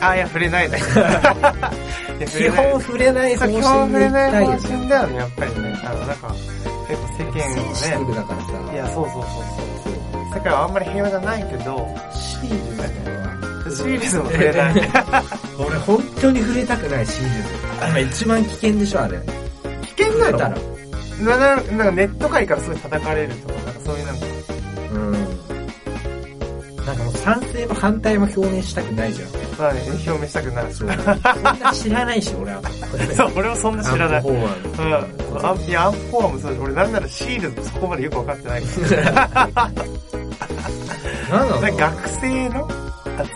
あいや触れないねいや基触れない本触れない方針基で本触れいきなたいいよ方ね。針だよねやっぱりねあのなんか結構世センシティ間をねブだからさ。いやそうそうそうそうそう世界はあんまり平和じゃないけどシールズだから。シールズも触れない俺本当に触れたくないシールズ。今一番危険でしょ、あれ。危険触なれたのら。なななんかネット界からすごい叩かれるとかなんかそういうなんかうん。なんかもう賛成も反対も表明したくないじゃん。まあね表明したくなるそう。そんな知らないし、俺 は。そう俺もそんな知らない安保法う案。ん。アンピアンフォアもそうだし俺なんならシールズもそこまでよくわかってないけどなんなの学生の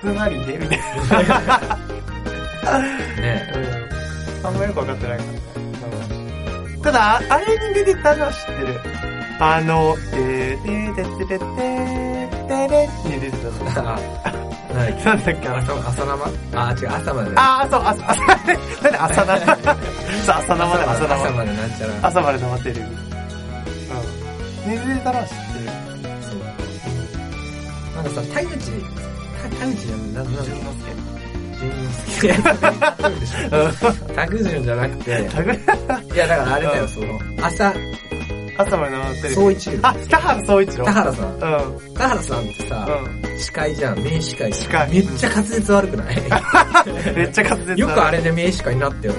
集まりでみたいね。な。あんまよくわかってないからね。ただ、ああれに出てたのは知ってる。あの、えー、てーてってれてー、てれに出てた の。あ、ない。なんだっけ、あの朝、朝生あ、違う、朝まで。あー、そう、朝、朝、なんで 朝生そう、朝生だ、朝朝生。までなんちゃら。朝まで生テレビ。うん。に出てたのは知ってる。そう。なんかさ、田口、た田口じゃん、なんなん之介。淳之介。拓潤じゃなくて、いやだからあれだうよ、んその、朝、朝まで生テレビ。総一郎。あ、田原総一郎。田原さん。うん。田原さんってさ、う司会じゃん、名司会。司会めっちゃ滑舌悪くないん。めっちゃ活躍よくあれで名司会になったよね。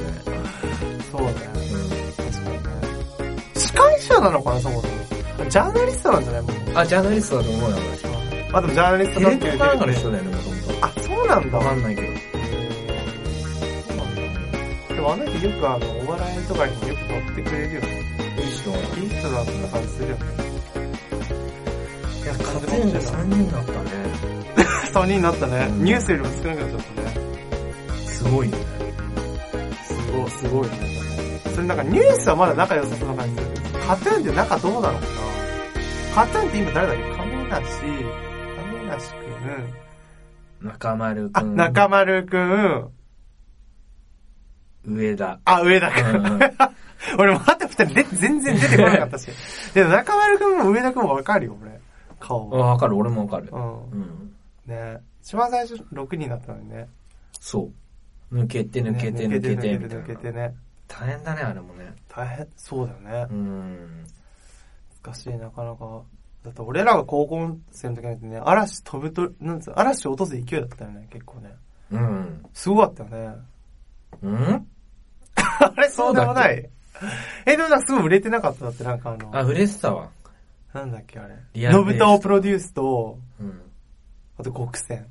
そうだよ。確かにね。司会者なのかな、そもそも。ジャーナリストなんじゃないもん。うんあ、ジャーナリストだと思うよ、まあでもジャーナリス私。トテだレって東いうかなんかのね。人だよね、もともあ、そうなんと。だ。わかんないけど。そうなんだでもあの人よくあの、お笑いとかにもよく乗ってくれるよね。いい人。いいい人だった感じするよね。や、勝てんが3人だったね。 3人になったね。うんニュースよりも少なくなっちゃったね。すごいね。すごい、すごいね。それなんかニュースはまだ仲良さそうな感じだけど、カトゥーンって仲どうなのかなカトゥーンって今誰だっけ亀梨、亀梨くん、中丸くあ、ん。中丸くん、上田。あ、上田く。うんんうん 俺待って二人で全然出てこなかった し。でも中丸くんも上田くんもわかるよ、俺。顔あは。 わかる、俺もわかる。うん。うん。ね一番最初6人だったのにね。そう。抜けてね抜けて抜けてみた抜けて抜けいてな。ね。大変だね、あれもね。大変、そうだよねう。ん。難しい、なかなか。だって俺らが高校生の時なんてね、嵐飛ぶと、なんつう嵐落とす勢いだったよね、結構ね。うん。すごかったよね。 うんあれ、そうでもない。え、でもなんかすごい売れてなかっただって、なんかあの、あ、売れてたわ。なんだっけあれ。リアルノベーブスタをプロデュースと、うん。あと国選。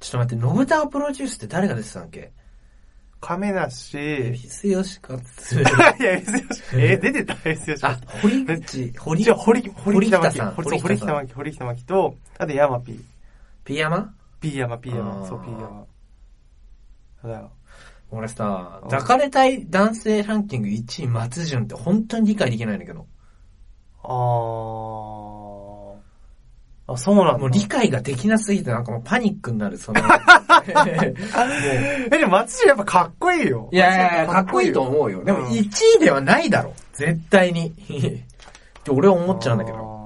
ちょっと待って、ノブタワプロデュースって誰が出てたんだっけ亀梨。え、い必要しかつ。や、S よし。え、出てた S よし。あ、堀口、堀じゃあ、堀、堀北堀北真希。さん堀堀北真希、堀北真希と、あと山 P。ピヤマ P 山、P あ山。ーそう、P 山。そうだよ。俺さう、ん抱かれたい男性ランキング1位松潤って本当に理解できないんだけど。あー。あ、そうなんだ。もう理解ができなすぎてなんかもうパニックになる、 その。え、でも松島やっぱかっこいいよ。いやいやいや、かっこいいと思うよ。でもうん1位ではないだろ。絶対に。って俺は思っちゃうんだけど。ど。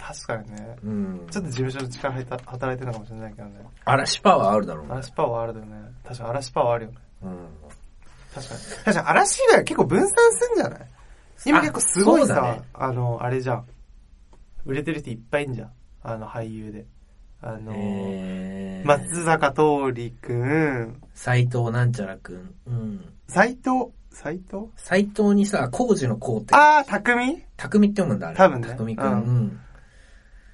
確かにね。うん。ちょっと事務所の力入った働いてるのかもしれないけどね。嵐パワーあるだろうね。嵐パワーあるだよね。確かに嵐パワーあるよね。うん。確かに。確かに嵐以外は結構分散すんじゃない今結構すごいそうさ、だねあの、あれじゃん。売れてる人いっぱいいんじゃん。あの、俳優で。あの、えー、松坂桃李くん、斎藤なんちゃらくん。うん。斎藤、斎藤斎藤にさ、工事の工って、あー、匠匠って読むんだ、あれ。多分ね匠くん。ううんん。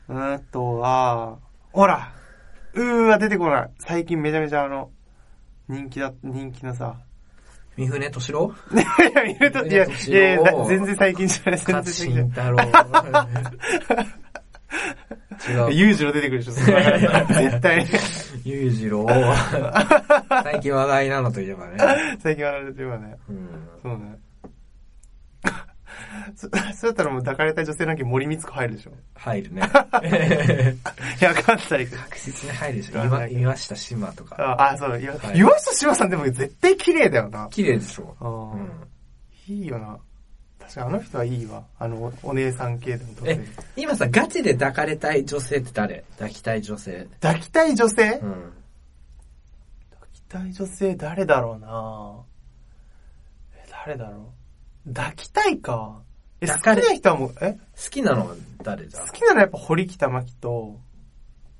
うーんとは、ほら、うーわ、出てこない。最近めちゃめちゃあの、人気だ、人気のさ。三船敏郎いや、いると、いや、いやいや、全然最近じゃない、全勝然最慎近太 郎。じゃな違う。い。裕次郎出てくるでしょ、その中で絶対に。裕次郎。 最近話題なのといえばね。 最近笑われてるわね。うん。そうね。 そ、そうだったらもう抱かれたい女性なんか森光子入るでしょ。入るね。 いや、わかんないけど。確実に入るでしょ。岩岩下志麻とか。あ、あそうだ、岩は、い岩下志麻さんでも絶対綺麗だよな。綺麗でしょ。う。うんん。いいよな。確かにあの人はいいわ。あの、おお姉さん系でも女え性。、今さ、ガチで抱かれたい女性って誰抱きたい女性。抱きたい女性うん。たい女性誰だろうなえ、誰だろう抱きたいか。え、好き抱かれな人はもう、え好きなのは誰じゃ好きなのはやっぱ堀北真希と、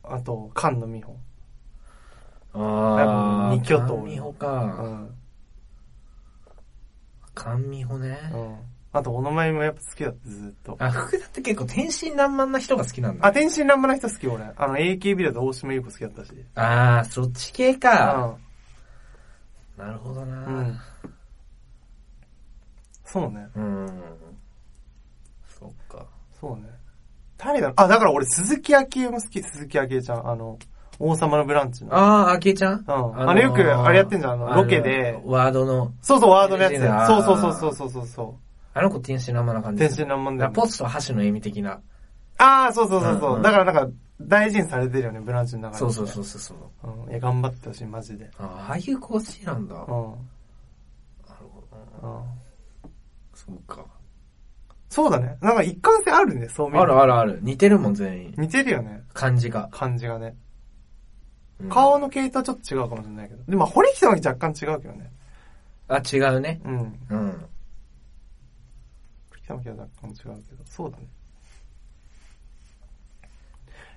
あと、菅野美穂。あ二巨頭甘美穂うか。ん。甘美穂ね。うん。あと、お名前もやっぱ好きだって、ずっと。あ、福田って結構天真爛漫な人が好きなんだ。あ、天真爛漫な人好き、俺。あの、AKB だと大島優子好きだったし。あー、そっち系か。なるほどうん。うんな。。そうね。うん。そっか。そうね。誰だろうあ、だから俺、鈴木あきえも好き、鈴木あきえちゃん。あの、王様のブランチの。あー、あけちゃんうんあのよくあれやってんじゃんあのロケでワードの、そうそう、ワードのやつ NG だそうそうそうそうそうそうそあの子天真爛漫な感う。じで天す。真爛漫だだよ、からポスト箸の意味的な。ああ、そうそうそうそう、うんだからなんか、大事にされてるよね、ブランチの中で、。そうそうそううそうそう。うん。いや、頑張ってほしい、マジで。あああいう子好きなんだ。なうるん。うん。ほどな。そうか。そうだね。なんか一貫性あるね、そう見あると。るあるある。似てるもん、全員。似てるよね、感じが。感じがね。うん顔の系統はちょっと違うかもしれないけど。でも、堀北の若干違うけどね。あ、違うね。うん。うん。北のは若干違うけど、そうだね。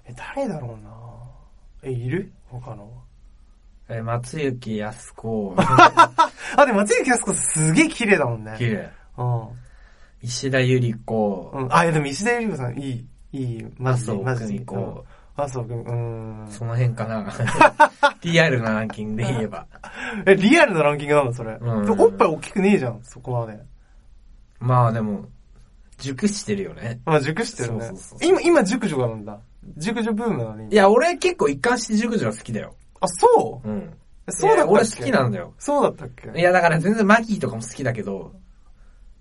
え、誰だろうなえ、いる他のは。え、松雪康 子。あ、でも松雪康子すげえ綺麗だもん綺ね。麗。うん。石田ゆり子。うん。あ、いやでも石田ゆり子さん、いい、いい、マ麻ジで、生マジで。久美子。うん。麻生久美子、うーその辺か な。 リアルなランキングで言えば。ん。え、リアルなランキングなのそれ。うんおっぱい大きくねえじゃん、そこまで。まあでも、熟してるよね。まあ、熟してるねそうそう。そう今、今、熟女がなんだ。熟女ブームなのに。いや、俺結構一貫して熟女は好きだよ。あ、そうん。うそうだいやったっけ俺好きなんだよ。そうだったっいけや、だから全然マギーとかも好きだけど、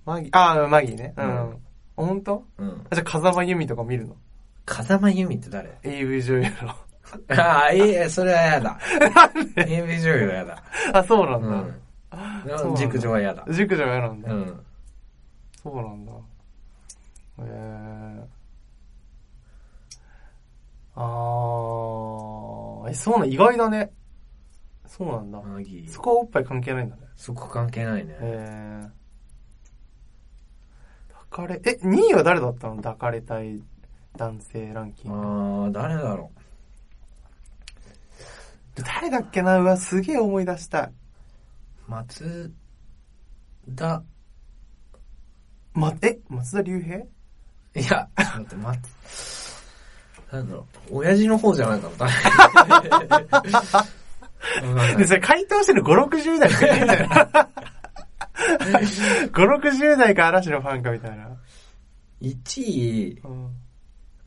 マギー、あー、マギーね。ううんん。ほんとうん。あじゃあ、風間由美とか見るの風間由美って 誰 ?AV 女優の。ああ、いいえ、それはや だ。AV 女優はやだ。あ、そうなうんん。そうなんだ熟女はやだだ。。熟女が嫌なんうだ。ん。そうなんだ。えー。あー。え、そうなん、意外だね。そうなんだ。マギそー。こはおっぱい関係ないんだね。そこ関係ないね。えー。抱かれ、え、2位は誰だったの抱かれたい男性ランキング。ああ、誰だろ誰だっけなうわ、すげえ思い出したい。う。松田、ま、え、松田龍平いや、ちょっと待って、松、なんだろう。親父の方じゃないかも。 誰わかんなで、い それ回答してる5、60代しかいないんだ よ。5、60代か嵐のファンかみたいな。 1位、うん。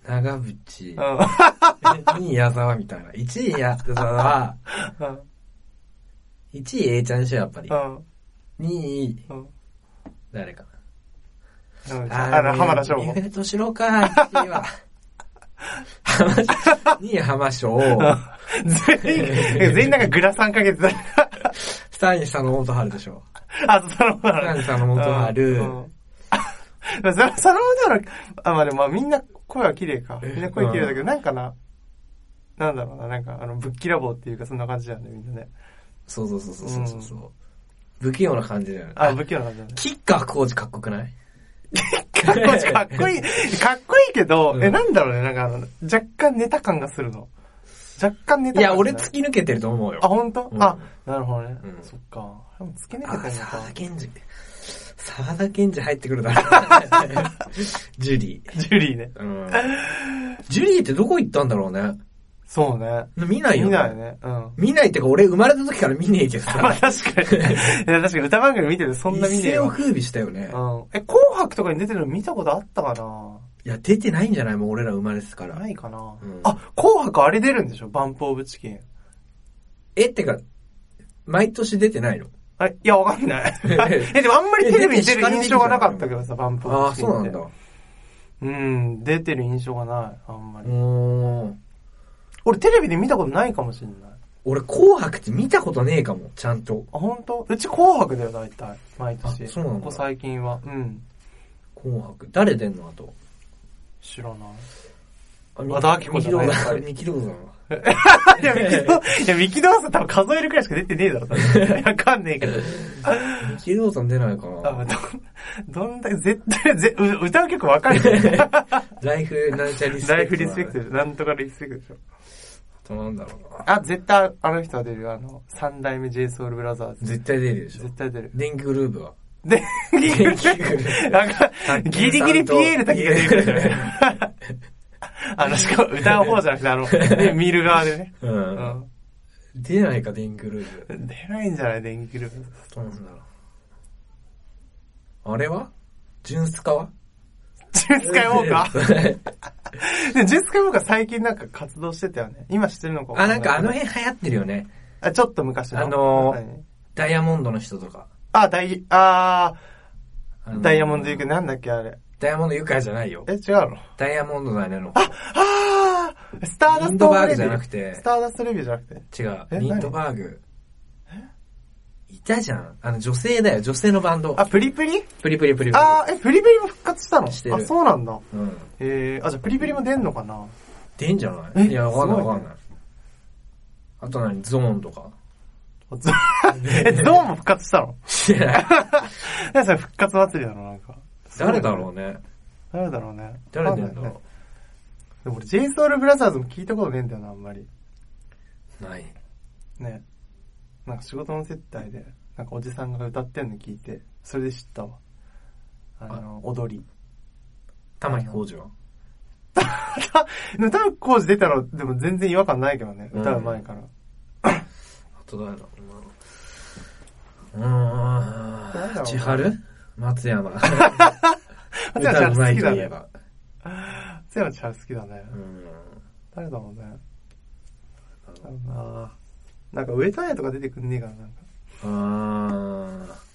長渕。うん。 2位矢沢みたいな。1位矢沢、うん。 1位 A ちゃんでしょ、やっぱりう。ん。 2位、うん。誰かな。ああの、浜田省三 吾。船敏郎か、1位は。浜2位浜翔、3全員、全員なんかグラサンかけてた。位佐野元春でしょ。あ、そのま3位ま。佐野元 春、うん。あそのそのままだあ、まあでもまあみんな声は綺麗か。みんな声綺麗だけど、なんかな、なんだろうな、なんかあの、ぶっきらぼうっていうかそんな感じだよね、みんなね。そうそうそうそうそうそう。不器用な感じだよね。あ、ぶっきらな感じだね。キッカーコーチかっこよくないかっこいい、かっこいい、かっこいいけど、うんえ、なんだろうね、なんかあの、若干ネタ感がするの。若干いネタ感がする。や、俺突き抜けてると思うよ。あ、本当、うんあ、なるほどね。うんそっか。でも突き抜あけてるの沢か田。健二。沢田健二入ってくるだ ろう。ジュリー。ジュリーね。うん。ジュリーってどこ行ったんだろうね。そうね。見ないよ見ね。ないね。うん。見ないってか、俺生まれた時から見ねえけどまあさ。確かに。いや確かに歌番組見てて そんな見一ねえ世をわ。風靡したよねう。ん。え、紅白とかに出てるの見たことあったかないや、出てないんじゃないもう俺ら生まれてたからな。いかな、うんあ、紅白あれ出るんでしょバンプオブチキン。え、ってか、毎年出てないのあいや、わかんない。 え、でもあんまりテレビに出る印象がなかったけどさ、バンプオ あブあ、チキそンって。うなんだ。うん、出てる印象がない、あんまり。おー。俺テレビで見たことないかもしれない。俺、紅白って見たことねえかも、ちゃんと。あ、本当？うち紅白だよ、大体。毎年。あそうなんだここ最近は。うん。紅白。誰出んのあと。 知らない。あ和田アキ子じゃないミキドーザンミキドーザンは。いや、ミキド、いや、ミキドーさん多分数えるくらいしか出てねえだろ、多分。わかんねえけど。ミキドーザン出ないか多な。分どん、どんだけ、絶対、ぜう歌う曲わかる よ。ライフ、なんちゃリスペクト。ライフリスペクトでしょ。なんとかリスペクトでしょ。あとなんだろうな。あ、絶対あの人は出るよ。あの、三代目 JSOULBROTHERS。絶対出るでしょ絶。対出る。電気グルーブは。で、電気グルーブ。なんか、ギリギリピエールだけが出てくるからね。あの、しかも歌う方じゃなくて、あの、ね、見る側でね。う。うんん。出ないか、電気グルーブ。出ないんじゃない電気グループ。どうなんだろう。あれは純スカは純スカイウォーカーーで、ジュースカイウォーカー最近なんか活動してたよね。今知ってるのかわ あ、いなんかあのけど辺流行ってるよね。あ、ちょっと昔の。あのー何ダイヤモンドの人とか。あ、ダイ、ああのー、ダイヤモンドユカ、なんだっけあれ。ダイヤモンドユカじゃないよえ、。違うのダイヤモンドのあれの。あー、スターダリスンドトバレービグュー。じゃなくてスターダストレビューじゃなくて。違う。えリンドバーグ。いたじゃん。あの、女性だよ。女性のバンド。あ、プリプリプリプリプリプリ。あー、え、プリプリも復活したのしてるあ、そうなんだ。うん。えー、あ、じゃあプリプリも出んのか な出んじゃなえいいや、わかんないすごわいかんない。あと何ゾーンとか。あゾえ、ゾーンも復活したの知らない何それ復活祭りだろ、なんか。誰だろうね。誰だろうね。誰出んだわかんないねろでも俺、JSOULBROTHERS も聞いたことねえんだよな、あんまり。う。ない。ねなんか仕事の接待で、なんかおじさんが歌ってんの聞いて、それで知ったわ。あの、踊り。玉置浩二は。でも歌う工事出たら、でも全然違和感ないけどね、うん歌う前から。あと誰だろうな。う誰ー。だろうん千春松 山。松山千春歌うまいとい好えきだば。松山千春好きだね。うん。誰だろうね。だろうななんか上戸彩とか出てくんねえから、なんか。あー。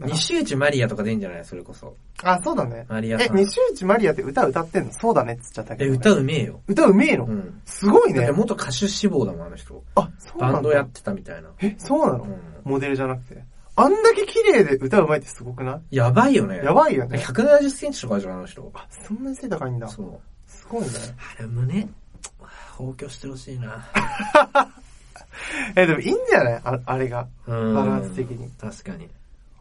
なんか西内まりやとか出んじゃないそれこそ。あ、そうだね。マリアえ、さん。西内まりやって歌歌ってんのそうだねっつっちゃったけえ、ど。歌うめえよ。歌うめえの、うん。すごいだっねて。元歌手志望だもん、あの人。あ、そうなんだ。バンドやってたみたいな。え、そうなの、うんモデルじゃなくて。あんだけ綺麗で歌うまいってすごくないやばいよね。やばいよね。 170センチとかじゃん、あの人。あ、そんなに背高いんだ。そう。すごいね。あれ、胸、放棄してほしいな。え、でもいいんじゃないああれが。うん。バランス的に。確かに。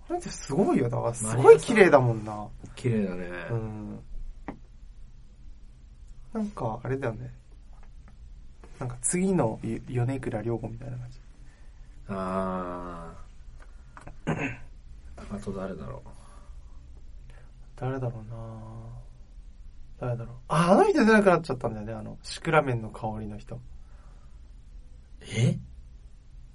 あれってすごいよ。だから、すごい綺麗だもんな。綺麗だね。うん。なんか、あれだよね。なんか次のよ米倉涼子みたいな感じ。あ ー。あと誰だろ誰だろうな誰だろう。あ、あの人出なくなっちゃったんだよね。あの、シクラメンの香りの人。う。え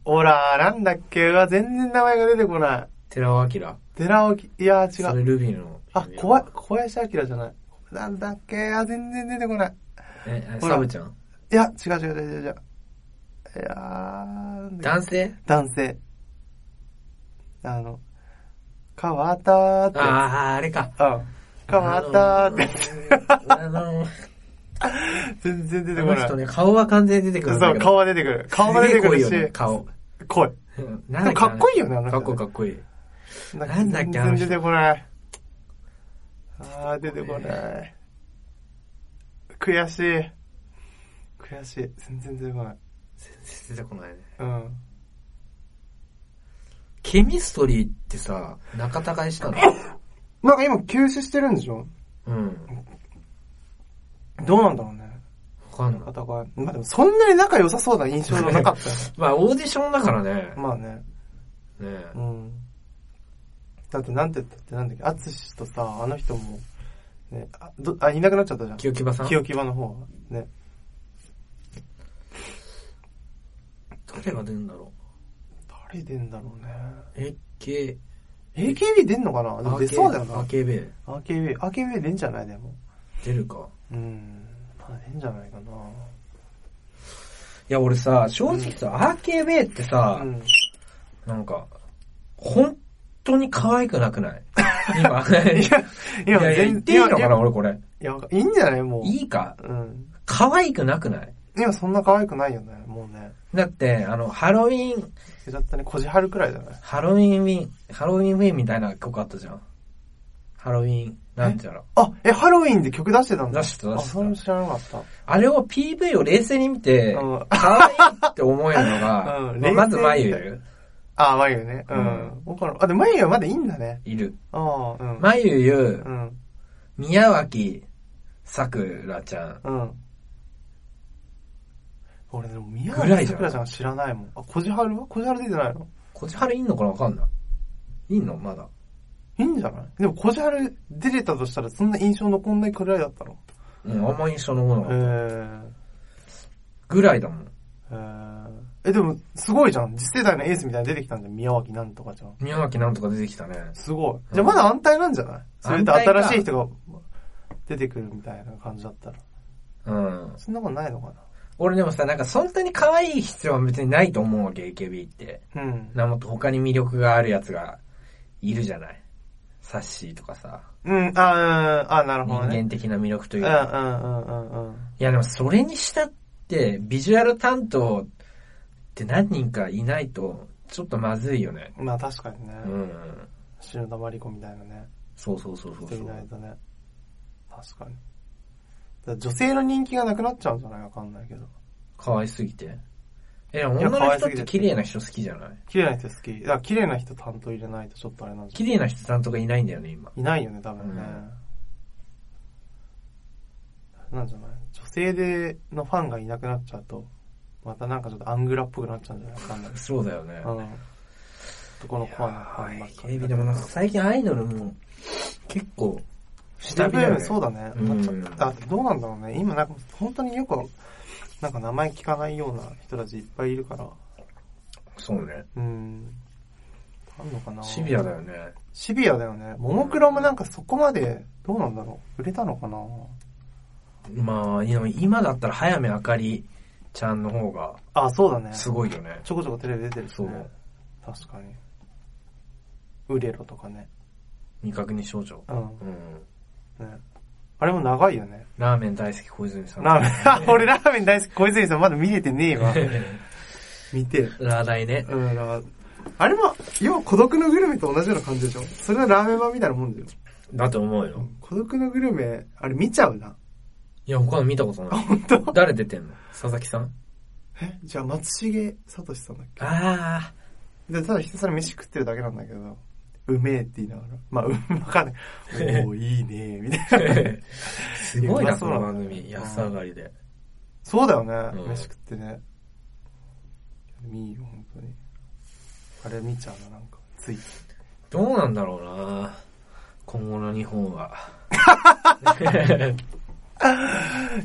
ほら、なんだっけうわ、全然名前が出てこない。寺尾明寺脇、いやーそ違う。れルビーの。あ、怖い、小林明じゃない。なんだっけあ、全然出てこない。え。え、ほらサブちゃんいや、違う違う違う違う違う。いやーなんだっ男性け、男性。あの、変わったーってやあー、あれか。つ。うん。変わったーってやつ。あのー、全然 出あてこのな人い。ね、顔は完全に出てくるんだそけう、ど。顔は出てくる。顔は出てくるすげえ濃いよねし、顔。声。なでもかっこいいよねあのか人っこいいかっこいい。なんかなんだっけあ全の然人出てこない。あー、出てこない。悔しい。悔しい。全然出てこない。出てこないね。うん。ケミストリーってさ、仲違いしたの なんか今休止してるんでしょうん。どうなんだろうね。わかんない。方が。まあでもそんなに仲良さそうな印象がなかったよね。まあ、オーディションだからね。まあね。ねうん。だってなんて言ったってなんだっけ、アツシとさ、あの人も、ね、あ、どあいなくなっちゃったじゃん。清木場さん清木場の方は。ね。誰が出るんだろ誰出んだろうね。う。AK、 AKB 出んのかなでも出そうだよな。 AKB。 AKB、AKB 出んじゃないでも。出るか。うん。まあ出んじゃないかないや、俺さ、正直さ、AKB ってさ、。うん。なんか、本当に可愛くなく ない今。いいや、今やいや、言全っていいのかない俺これ。や、いいんじゃないもう。いいか。うん。可愛くなくない今そんな可愛くないよね、もうね。だって、あの、ハロウィン、だったね、こじはるくらいじゃないハロウィンウィン、ハロウィンウィンみたいな曲あったじゃん。ハロウィン、なんちゃら。あ、え、ハロウィンで曲出してたんだ。出してたあ、出してそれも知らなかった。たあれを PV を冷静に見て、うん可愛いって思えるのが 、うんまあまず冷静眉にいる。あ、眉毛ね。うん。わからん。あ、でも眉毛はまだいいんだね。いる。ああ、うん。眉ゆゆう、ん。宮脇、さくらちゃん。うん。俺でも宮ぐら崎いじゃんさくらちゃん知らないもん。あ、小じはるは小じはる出てないのこじはるいんのかなわかんない。いんのまだ。いいんじゃないでも小じはる出てたとしたらそんな印象残んないくらいだったの。うん、あんま印象のものへが。ーぐらいだもん。へーえ、でも、すごいじゃん。次世代のエースみたいに出てきたんじゃん。宮脇なんとかじゃん。宮脇なんとか出てきたね。すごい。じゃあまだ安泰なんじゃないそれと安泰か新しい人が出てくるみたいな感じだったら。うん。そんなことないのか俺でもさ、なんかそんなに可愛い必要は別にないと思うわけ、AKB って。なうん。な、もっと他に魅力があるやつがいるじゃない。サッシーとかさ、うん、あー、あーなる人ほどね。間的な魅力とういんううか。んうんうんうん。いやでもそれにしたって、ビジュアル担当って何人かいないと、ちょっとまずいよね。まあ確かにね。うん。篠田麻里子みたいなね。そうそうそうそう人そ。いないうとね。確かに。だから女性の人気がなくなっちゃうんじゃないわかんないけど。可愛すぎて。え、でもいや女の可愛人すっぎてて綺麗な人好きじゃない綺麗な人好き。だから綺麗な人担当入れないとちょっとあれなんじゃ綺麗な人担当がいないんだよね、今。いないよね、多分ね。なんじゃない女性でのファンがいなくなっちゃうと、またなんかちょっとアングラっぽくなっちゃうんじゃないわかんない。 そうだよね。うん。男の子はなファンばっかテりレビだでけど。もなんか最近アイドルも結構下火だよね。そうだね。うんちょっとあどうなんだろうね。今なんか本当によく、なんか名前聞かないような人たちいっぱいいるから。そうね。うん。あんのかなシビアだよね。シビアだよね。ももクロもなんかそこまで、どうなんだろう。売れたのかなまあ、でも今だったら早めあかりちゃんの方があ、そうだね。すごいよね。ちょこちょこテレビ出てるしそねう。確かに。売れろとかね。未確認症状。うん。うん。ね。あれも長いよね。ラーメン大好き小泉さん。ラーメン、俺 ラーメン大好き、小泉さんまだ見れてねえわ。見て。 ラーダイね。うん、だからあれも、要は孤独のグルメと同じような感じでしょそれはラーメン版みたいなもんだよ。だと思うよ。孤独のグルメ、あれ見ちゃうな。 いや、他の見たことない。本当誰出てんの佐々木さんえ、じゃあ松重聡さんだっけあで、ただひたすら飯食ってるだけなんだけど、うめえって言いながら。まあ、うん、わかんない。 おー、いいねみたいな。ー。すごいうな、 まそこうだのね番組。安上がりで。そうだよね、うん飯食ってね。見いいよ、本当に。あれ見ちゃうな、なんか。つい。どうなんだろうな今後の日本 は。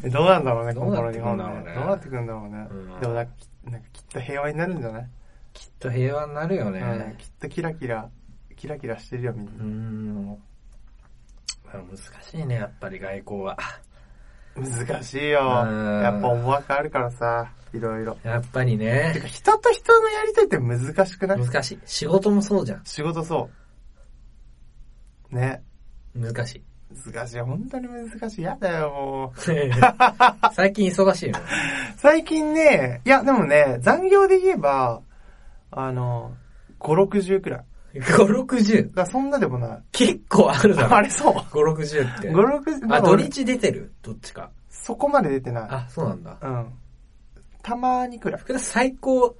えどうなんだろうね、どう今後なっのて日くん本だねろうねどうなってくんだろうね。うんでもなんか、なんかきっと平和になるんじゃない、きっと平和になるようんね。きっとキラキラ、キラキラしてるよ、みんなうー。ん。まあ難しいね、やっぱり外交は。難しいよ。うんやっぱ思惑あるからさ、いろいろ。やっぱりてねか、。人と人のやりとりって難しくない難しい。仕事もそうじゃん。仕事そう。ね。難 しい。難しい。本当に難しい。やだよ、もう。最近忙しいよ。最近ね、いや、でもね、残業で言えば、あの、5、60くらい。 5、60。だからそんなでもない。結構あるだろ。あれそう。 5、60って。 5、60、あ、でも土俺日出てるどっちか。そこまで出てなあ、そうなんだ。い。うん。たまにくらい。福田最高、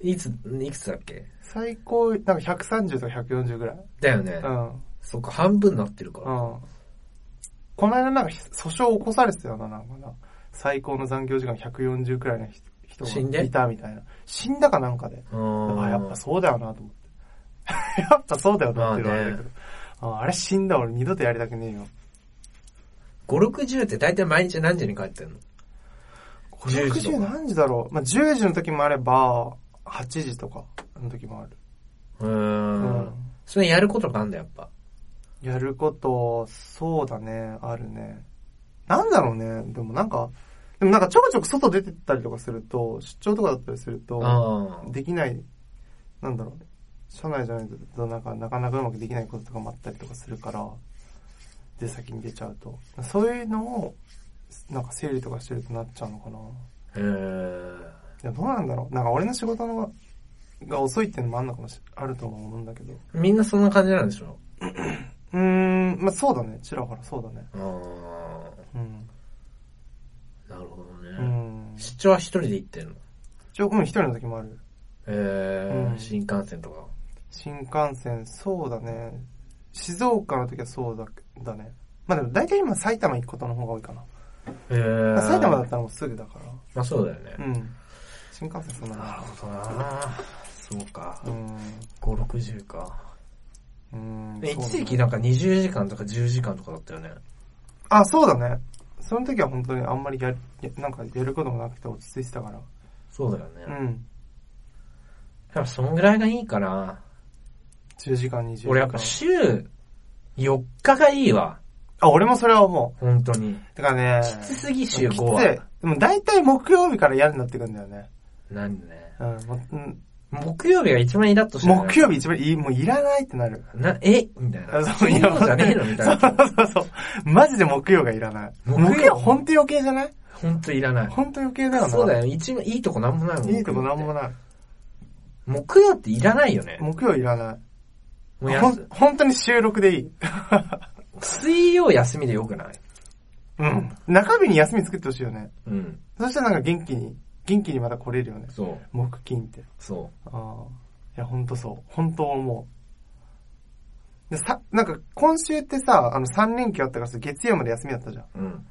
いつ、いくつだっけ最高、なんか130とか140くらい。だよねう。ん。そっか、半分になってるかうら。ん。この間なんか訴訟起こされてたよな、なんかな。最高の残業時間140くらいの人死んがでいたみたいな。死んだかなんかで。うんあ、やっぱそうだよなと思って。 やっぱそうだよなっていうのはあれだけど。ああれ死んだ俺二度とやりたくねえよ。 5、60って大体毎日何時に帰ってんの10 5、時と60か何時だろう。まあ、10時の時もあれば、8時とかの時もある。ううーん。それやることがあんだ、やっぱ。やること、そうだね、あるね。なんだろうね、でもなんか、でもなんかちょこちょこ外出てったりとかすると、出張とかだったりすると、あできない、なんだろう、社内じゃないとなんかなかなかうまくできないこととかもあったりとかするから、で先に出ちゃうと。そういうのを、なんか整理とかしてるとなっちゃうのかな。あ。へーいや、どうなんだろう。なんか俺の仕事の、が遅いっていうのもあるのかもし、あるとも思うんだけど。みんなそんな感じなんでしょうーん、まあそうだね。ちらほらそうだね。ああうん。なるほどね。うん。出張は一人で行ってんの一応、うん、一人の時もある。えーうん新幹線とか。新幹線、そうだね。静岡の時はそうだ、だね。まあでも大体今埼玉行くことの方が多いかな。えー、埼玉だったらもうすぐだかまあそうだよね。ら。うん。新幹線そんななるの。ほどなそうか。うん。 5、60か。うん。えそうだ一ね時期なんか20時間とか10時間とかだったよね。あ、そうだね。その時は本当にあんまりやる、やなんかやることもなくて落ち着いてたから。そうだよね。うやっん。ぱそんぐらいがいいかな。 10時間、20時間。俺やっぱ週4日がいいわ。あ、俺もそれは思本当に。う。てかね。きつすぎ週きつ5い。は。でも大体木曜日から嫌になってくんだよね。なんでね。うん。もううん木曜日が一番イラッとしたよね木曜日一番いい、もういらないってなる。な、えみたいな。 あそそうういいやうのじゃねえのみたいな。そうそうそう。マジで木曜がいらない。木曜木曜ほんと余計じゃないほんといらない。ほんと余計だよな。そうだよ。一番いいとこなんもないもん。いいとこなんもない。ない。木曜っていらないよね。木曜いらない。もうやほん、ほんとに収録でいい。水曜休みでよくないうん。中日に休み作ってほしいよね。うん。そしたらなんか元気に、元気にまた来れるよね。そう。木金って。そああ。いや、ほんとそう。本当思う。で、さ、なんか、今週ってさ、あの、3連休あったからさ、月曜まで休みだったじゃん。う。うん。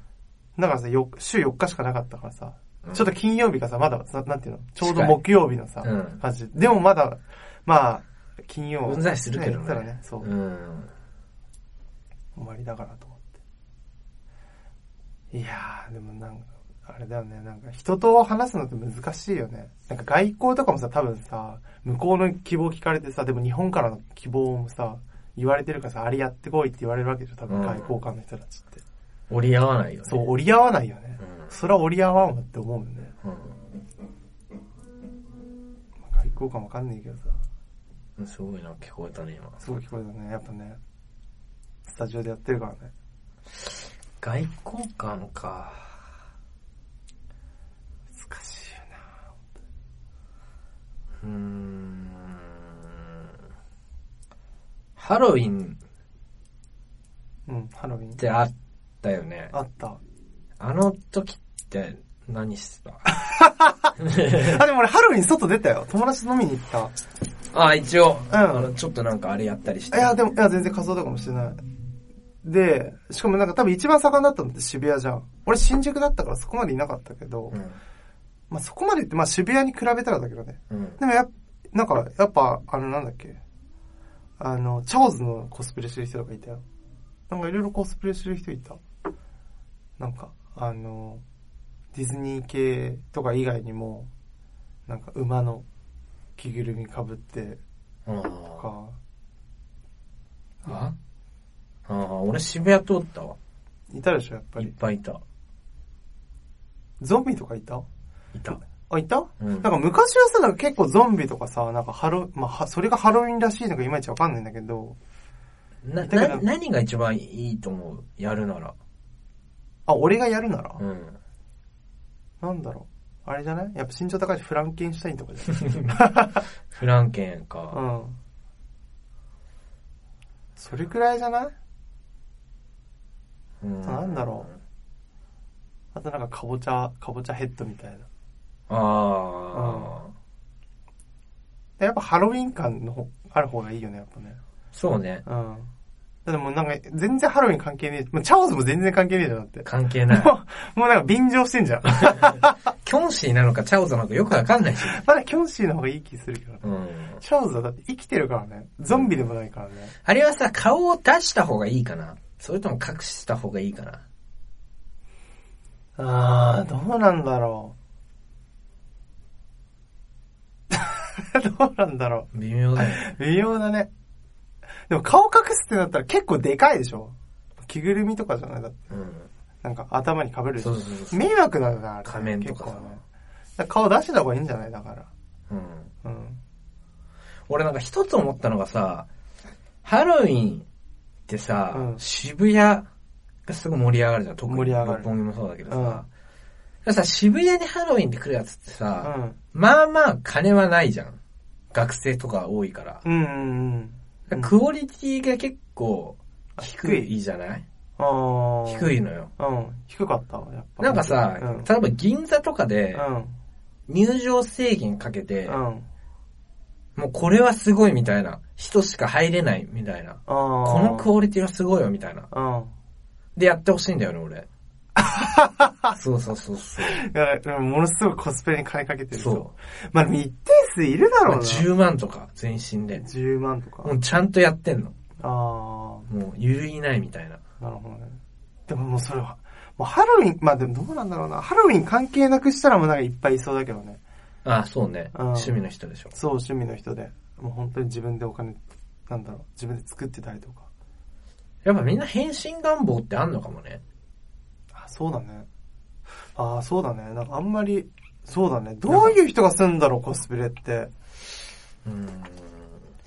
だからさ、よ、週4日しかなかったからさ、うんちょっと金曜日がさ、まだ、さなんていうのちょうど近い木曜日のさ、うん感じ。でもまだ、まあ、金曜。うんざりするけどねね。言ったらね、そう、うん。終わりだからと思って。いやー、でもなんか、あれだよね、なんか人と話すのって難しいよね。なんか外交とかもさ、多分さ、向こうの希望聞かれてさ、でも日本からの希望もさ、言われてるからさ、あれやってこいって言われるわけでしょ、多分うん外交官の人たちって。折り合わないよね。そう、折り合わないよね。うん。それは折り合わんわって思うよね。外交官わかんねえけどさ、うん。すごいな、聞こえたね、今。すごい聞こえたね、やっぱね。スタジオでやってるからね。外交官か。難しいよなうーん。ハロウィンうん、ハロウィっン。てあったよね。あった。あの時って何してたあ、でも俺ハロウィン外出たよ。友達と飲みに行っあ、一応、うんあの、ちょっとなんかあれやったりして。た。いや、でも、いや、全然仮装とかもしてない。で、しかもなんか多分一番盛んだったのって渋谷じゃん。俺新宿だったからそこまでいなかったけど、うん。まあそこまでって、まあ渋谷に比べたらだけどね。うん。でもや、なんか、やっぱ、あの、なんだっけ。あの、チャオズのコスプレしてる人とかいたよ。なんかいろいろコスプレしてる人いた。なんか、あの、ディズニー系とか以外にも、なんか馬の着ぐるみ被ってあとーか、ああー俺渋谷通ったわ。いたでしょ、やっぱいっり。ぱいいた。ゾンビとかいたいた。あ、いたうん。なんか昔はさ、なんか結構ゾンビとかさ、なんかハロ、まあは、それがハロウィンらしいのかいまいちわかんないんだけど、な、だけどな、何が一番いいと思うやるなら。あ、俺がやるなら、うん。なんだろう。あれじゃないやっぱ身長高いし、フランケンシュタインとかじゃフランケンなか。いうん。それくらいじゃないうんなんだろあとなんかかぼちゃ、かぼちゃヘッドみたいな。う。ああ。やっぱハロウィン感の方、ある方がいいよね、やっぱね。そうね。うん。だってもうなんか、全然ハロウィン関係ねえ。もうチャオズも全然関係ねえじゃん、だって。関係ない。もうなんか便乗してんじ ゃん。キョンシーなのかチャオズなのかよくわかんないし。まだキョンシーの方がいい気するけどね。うん。チャオズはだって生きてるからね。ゾンビでもないからね。あれはさ、顔を出した方がいいかなそれとも隠した方がいいかなああ、どうなんだろう。 どうなんだろ微妙だ よね。う。微妙だね。でも顔隠すってなったら結構でかいでしょ着ぐるみとかじゃないだって。うん。なんか頭に被るでしそょうそうそうそう。迷惑だよな、あれ仮面とかさ結構ね。だから顔出してた方がいいんじゃないだから。うん。うん。俺なんか一つ思ったのがさ、ハロウィンってさ、うん渋谷がすごい盛り上がるじゃん。特に盛り上が六る本木もそうだけどさ。だからさ、渋谷にハロウィンで来るやつってうさ、ん。まあまあ金はないじゃん。学生とか多いから。うんうんうん。クオリティが結構低低いいじゃないあい。低いのよ。うん。低かったわ、やっぱ。なんかさ、うん例えば銀座とかでう入場制限かけて、ん。うん。もうこれはすごいみたいな。人しか入れないみたいな。ここのクオリティはすごいよみたいな。うで、やってほしいんだよね、 俺。そうそうそうそう。ん。いや、でもものすごいコスプレに金かけてる人。そう。まあ、でも一定数いるだろうな。 10万とか、全身で。 10万とかも。うちゃんとやってんの。あもう、揺るぎないみたいな。あ、なるほどね。でももうそれは、もうハロウィン、まあでもどうなんだろうな。ハロウィン関係なくしたらもうなんかいっぱいいそうだけどね。ああ、そうね。うん趣味の人でしょ。そう、趣味の人で。もう本当に自分でお金、なんだろう、自分で作ってたりとか。やっぱみんな変身願望ってあんのかもね。あ、そうだね。ああ、そうだね。なんかあんまり、そうだね。どういう人がすんだろう、コスプレって。うーん。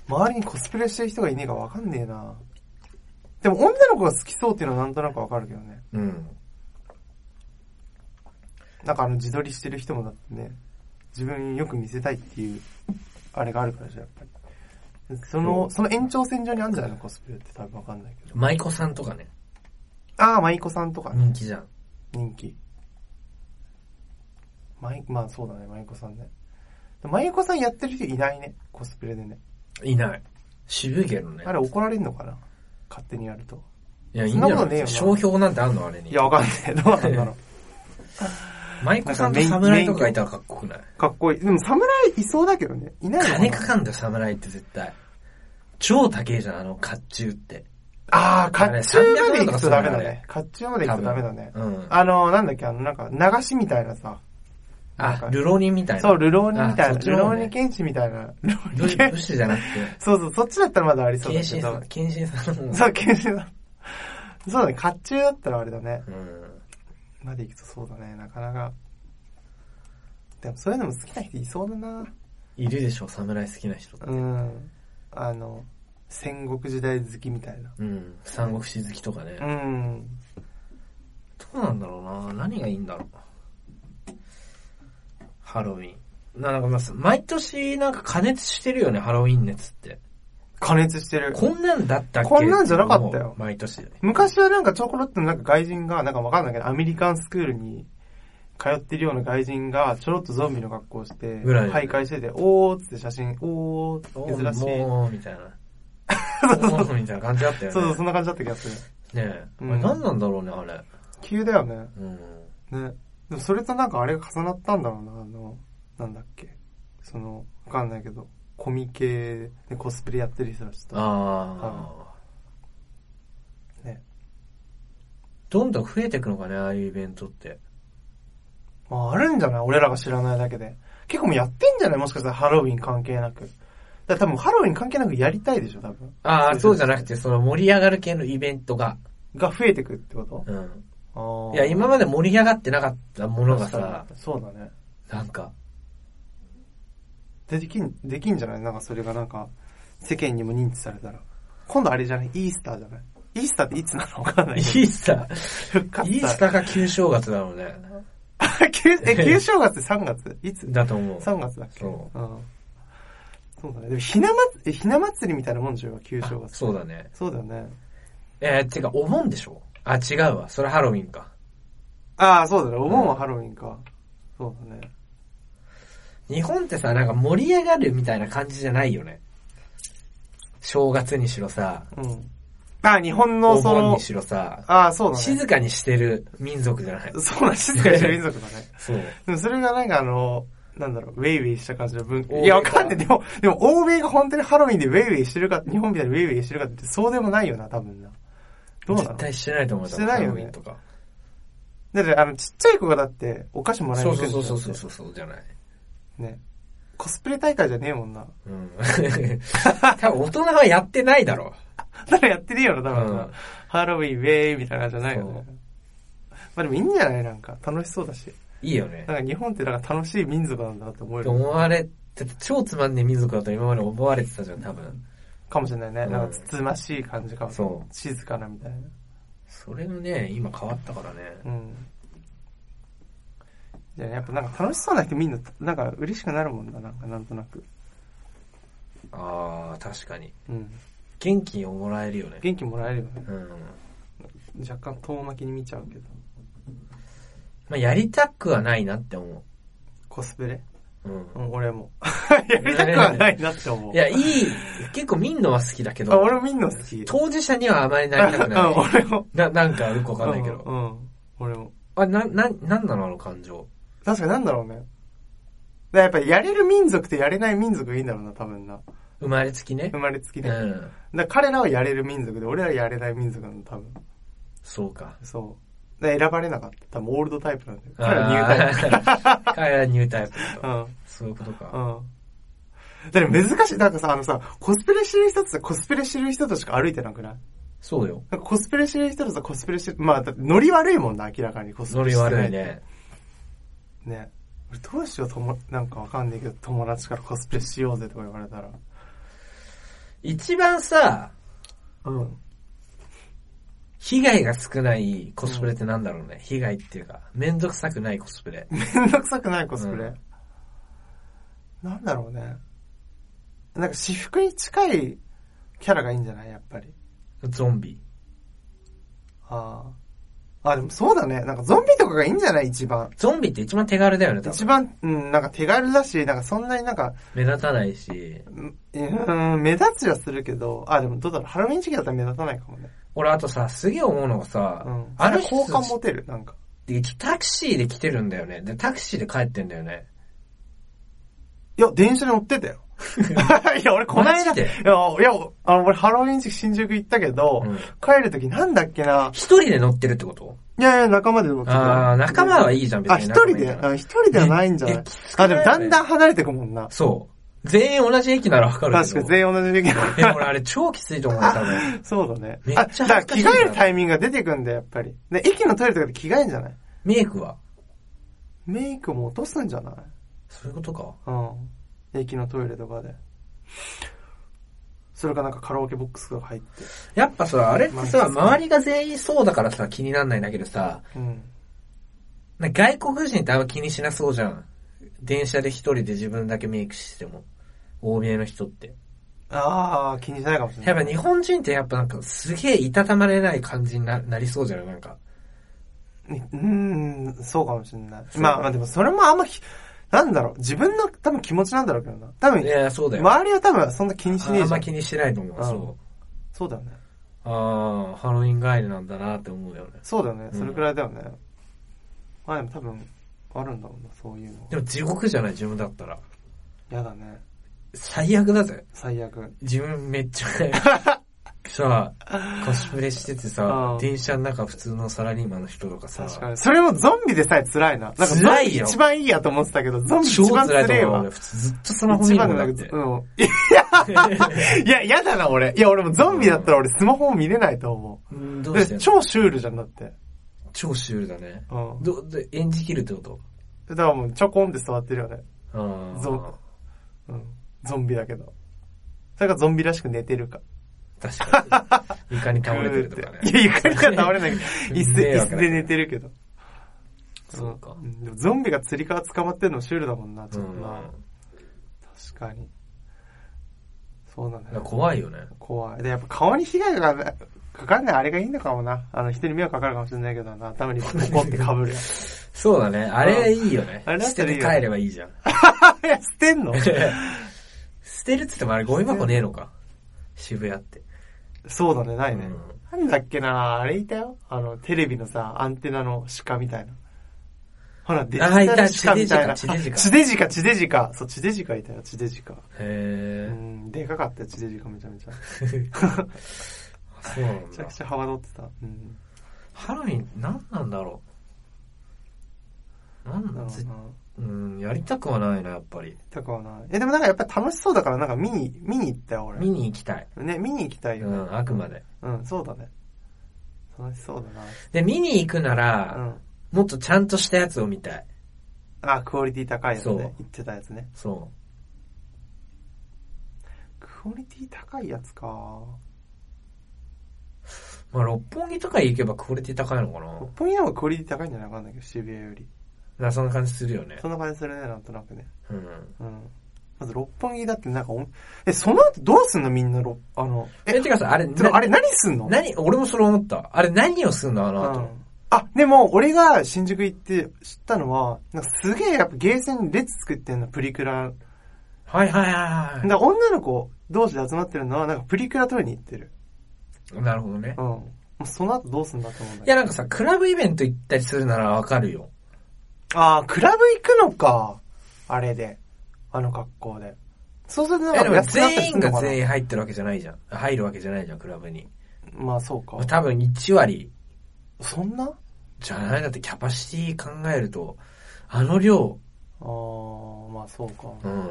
周りにコスプレしてる人がいねえかわかんねえな。でも女の子が好きそうっていうのはなんとなくわかるけどね。うん。なんかあの自撮りしてる人もだってね、自分よく見せたいっていう、あれがあるからじゃん、やっぱり。その、その延長線上にあるんじゃないのコスプレって多分わかんないけど。舞妓さんとかね。ああ、舞妓さんとかね、人気じゃん。人気。舞、まあそうだね、舞妓さんね。で舞妓さんやってる人いないね、コスプレでね。いない。渋いけどね。あれ怒られんのかな勝手にやると。いや、いいそんんなだことよねえよな商標なんてあんのあれに。いや、わかんねえ。どうなんだろう。舞妓さんと侍とかいたらかっこよくない。かっこいい。でも侍いそうだけどね。いないの金なかかんだよ、侍って絶対。超高えじゃん、あの、甲冑って。ああ、甲あれ冑まで行くとダメ300万とだかするのねね。甲冑まで行くとダメだね。うん。あの、なんだっけ、あの、なんか、流しみたいなさ。なんあか、流浪人みたいな。そう、流浪人みあたいそな。っち流の方浪ね人剣士みたいな。流浪武人士武剣士。士じゃなくて、 そうそう、そっちだったらまだありそうだ謙け信さどん、。謙信さんの方そう、剣士だ。そうだね、甲冑だったらあれだね。うん。まで行くとそうだね、なかなか。でも、そういうのも好きな人いそうだな。いるでしょ、侍好きな人。うん。あの、戦国時代好きみたいな。うん。三国志好きとかね。うん。どうなんだろうな何がいいんだろうハロウィン。な、なんかまあ、毎年なんか加熱してるよね、ハロウィン熱って。加熱してる。こんなんだったっけこんなんじゃなかったよ毎年。昔はなんかちょころっとなんか外人が、なんかわかんないけど、アメリカンスクールに通ってるような外人が、ちょろっとゾンビの格好して、ぐらい徘徊してて、おーっつって写真、おおー、珍しい。もう、みたいな。おーみたいな感じだったよね。そうそう、そんな感じだった気がする。ねえ。あうんれ何なんだろうね、あれ。急だよね。うん。ね。でもそれとなんかあれが重なったんだろうな、あの、なんだっけ。その、わかんないけど、コミケでコスプレやってる人たちと。ああ。ね。どんどん増えてくのかね、ああいうイベントって。まあ、あるんじゃない俺らが知らないだけで。結構もうやってんじゃないもしかしたらハロウィン関係なく。だから多分ハロウィン関係なくやりたいでしょ、多分。ああ、そうじゃないなくて、その盛り上がる系のイベントが。が増えてくってこうん。といや、今までで盛り上がってなかったものがさ、そうだね。なんか、でできん、できんじゃないなんかそれがなんか、世間にも認知されたら。今度あれじゃないイースターじゃないイースターっていつなのわかんないイけど。ースター、復活イースターが旧正月だろうね。ー旧 え、旧正月3月いつだと思う。 ?3 月だっけそん。そうだね。でも、ひな祭り、ひな祭りみたいなもんでしょ今旧正あ月。そうだね。そうだよね。えー、てか、お盆でしょあ、違うわ。それハロウィンか。ああ、そうだね。お盆うはんハロウィンか。そうだね。日本ってさ、なんか盛り上がるみたいな感じじゃないよね。正月にしろさ、うん。ああ、日本のおそ盆のに、しろさ、ああ、そうだね。静かにしてる民族じゃない。そうだ、静かにしてる民族だね。そう。でもそれがなんかあの、なんだろう、ウェイウェイした感じの文化。欧米いや、わかんない。でも、でも欧米が本当にハロウィンでウェイウェイしてるか、日本みたいにウェイウェイしてるかってそうでもないよな、多分な。どうなの絶対してないと思う。してないよねハロウィンとか。だってあの、ちっちゃい子がだって、お菓子もらいそにう行くそんでしょうそうそうそう、そうじゃない。ね。コスプレ大会じゃねえもんな。うん。 多分大人はやってないだろだからやってねえよな、う。う多分な。ん。ハロウィン、ウェイみたいな感じじゃないよそうね。まあでもいいんじゃないなんか、楽しそうだし。いいよね。なんか日本ってなんか楽しい民族なんだなって思えとる思われてて、超つまんねえ民族だと今まで思われてたじゃん、多分。かもしれないね。うんなんか、つつましい感じか。そ静かなみたいな。それのね、今変わったからね。うん。いや、やっぱなんか楽しそうな人見んの、なんか嬉しくなるもんな、なんかなんとなく。あー、確かに。うん。元気をもらえるよね。元気もらえるよね。うん。若干遠巻きに見ちゃうけど。まあ、やりたくはないなって思コスプレう。うん。うん、俺も。 やりたくはないなって思う。いや、いい、結構見んのは好きだけあど、俺も見んの好き。当事者にはあまりなりたく うなんい。俺も。な、なんかよくわかんないけど。うん。うん俺も。あ、な、な、なんなのあの感情。確かになんだろうね。だからやっぱりやれる民族とやれない民族がいいんだろうな、多分な。生まれつきね生。まれつきうで。だかん。ら彼らはやれる民族で、俺らはやれない民族なの、多分。そうか。そう。だから選ばれなかった。多分オールドタイプなんだよ。彼らはニュータイプ。あー彼らニュータイプ。うん。そういうことか。うん。だから難しい。なんかさ、あのさ、コスプレしてる人ってさ、コスプレしてる人としか歩いてなくないそうよ。なんかコスプレしてる人とさ、コスプレしてる、まあ、だってノリ悪いもんな、明らかにコスプノレリして悪ないね。いね。俺どうしよう、とも、なんかわかんないけど、友達からコスプレしようぜとか言われたら。一番さ、うん。被害が少ないコスプレってなんだろうね。被害っていうか、めんどくさくないコスプレ。めんどくさくないコスプレ。うんなんだろうね。なんか私服に近いキャラがいいんじゃないやっぱり。ゾンビ。ああ。あ、でもそうだね。なんかゾンビとかがいいんじゃない一番。ゾンビって一番手軽だよね、多一分。番、うん、なんか手軽だし、なんかそんなになんか、目立たないし。うんうーん、目立つはするけど、あ、でもどうだろう、ハロウィン時期だったら目立たないかもね。俺あとさ、すげえ思うのがさ、うん。あるそれは好感持てる、なんか。で、タクシーで来てるんだよね。で、タクシーで帰ってんだよね。いや、電車に乗ってたよ。 いや、俺こないだ、マジいや、でいや、あの、俺ハロウィン時期新宿行ったけど、うん帰るときなんだっけな、一人で乗ってるってこといやいや、仲間で乗ってた。ああ、仲間はいいじゃん、別に。あ、一人で、仲間いいじゃんあ一人ではないんじゃなえいきつくなあ、いでもだんだん離れてくもんな。そう。全員同じ駅ならわかるけど。確かに全員同じ時期。でも俺あれ超きついと思うよ、多分。 そうだねめ。っあ、ちゃだから恥ず着かしいな替えるタイミングが出てくんだよ、やっぱり。で、駅のトイレとかで着替えんじゃないメイクはメイクも落とすんじゃないそういうことか。うん。駅のトイレとかで。それかなんかカラオケボックスが入って。やっぱさ、あれってさ、まあ周りが全員そうだからさ、気になんないんだけどさ、うん。なんか外国人ってあんま気にしなそうじゃん。電車で一人で自分だけメイクしても。欧米の人って。あー、気にしないかもしれなやい。っぱ日本人ってやっぱなんかすげえいたたまれない感じにななりそうじゃないなんか。うーん、そうかもしれない。そうまあまあでもそれもあんまひ、なんだろう、自分の多分気持ちなんだろうけどな。多分い、や、そうだよ。周りは多分そんな気にしねえあんじまゃん気。にしてないと思う。うんそう。そうだよね。ああ、ハロウィン帰りなんだなって思うよね。そうだよね。うんそれくらいだよね。まあでも多分、あるんだろうな、そういうので。も地獄じゃない、自分だったら。やだね。最悪だぜ。最悪。自分めっちゃ、 さ、コスプレしててうさん、電車の中普通のサラリーマンの人とかさ、確かに。それもゾンビでさえ辛いな。なんかゾン辛ビいよ一番いいやと思ってたけど、ゾンビ超一番辛い辛いと思うわ俺。。普通ずっとスマホ一見る番んだだっけて。ど、うん。いや、いやだな、俺。いや、俺もゾンビだったら俺スマホも見れないと思うんどう。うでしてんの超シュールじゃんだって。超シュールだね。うん。ど、ど演じ切るってことだからもうちょこんって座ってるよね。あーゾうん。ゾンビだけど。それがゾンビらしく寝てるか。確かに。床に倒れてるとかねぐーっ。 ていや、床には倒れないけ ど、椅子迷で、椅惑子だで寝てるけど。そうか。んでもゾンビが釣り革捕まってるのシュールだもんな、ちうょっとん。だな。確かに。そうなんだからね。怖いよね。怖い。で、やっぱ顔に被害がかかかかんないあれがいいのかもな。あの、人に迷惑かかるかもしれないけどな。頭にポコって被るやつ。 そうだね。あれいいよねあれ。だ捨ったてらいていよね帰ればいいじゃん。いや、捨てん の捨てるっつってもあれゴミ箱ねえのか。渋谷って。そうだね、ないね。うんなんだっけなあれいたよあの、テレビのさ、アンテナの鹿みたいな。ほら、デジタル鹿みたいあな。いた地デジカ地デジカ、地デジカ。そう、地デジカいたよ、地デジカ。うへえ。ん、でかかったよ、地デジカめちゃめちゃ。めそうなんちゃだく。ちゃ幅取ってた。うん。ハロウィン何なんだろう。なんだなるほどぜな。うん、やりたくはないな、やっぱり。とかはない。え、でもなんかやっぱり楽しそうだから、なんか見に、見に行ったよ、俺。見に行きたい。ね、見に行きたいうよね。ん、あくまで。うん、そうだね。楽しそうだで、見に行くなな。うら、ん。もっとちゃんとしたやつを見たい。あ、クオリティ高いやつそうね。言ってたやつね。そクオリティ高いやつか。う。まあ、六本木とか行けばクオリティ高いのかな。だか六本木の方がクオリティ高いんじゃないかわかんないけど、渋谷より。らそんな感じするよねそ。んな感じするね、なんとなくね。うん。うん。まず六本木だってなんかお、え、その後どうすんのみんなろ、あの、え、え、てかさ、あれ、でもあれ何すんの何、俺もそれ思った。あれ何をするのあの後。うんあ、でも、俺が新宿行って知ったのは、なんかすげえやっぱゲーセンに列作ってんの、プリクラ。はいはいはいなんか女の子同士で集まってるのは、なんかプリクラ取りに行ってる。はい。なるほどねうん。。もうその後どうすんだと思うんいだけやど。なんかさ、クラブイベント行ったりするならわかるよ。あー、クラブ行くのか。あれで。あの格好で。そうするとなんえ、でかも安くなったり全す員るのがかな全員入ってるわけじゃないじゃん。入るわけじゃないじゃん、クラブに。まあそうか。多分1割そんなあじゃないだってキャパシティ考えると、あの量、ー、まあそうか。うん。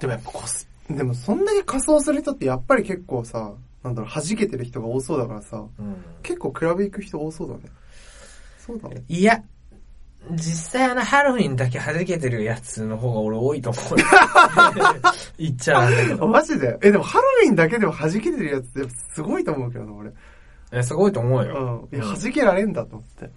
でもやっぱコス、でもそんだけ仮装する人ってやっぱり結構さ、なんだろう、弾けてる人が多そうだからさ、うん。結構クラブ行く人多そうだね。そうだね。いや、実際あのハロウィンだけ弾けてるやつの方が俺多いと思 うよ。言っちゃうんだけあど。マジでえ、でもハロウィンだけでも弾けてるやつってやっぱすごいと思うけどな、俺。え、すごいと思うよ。うん。いや、弾けられんだと思って。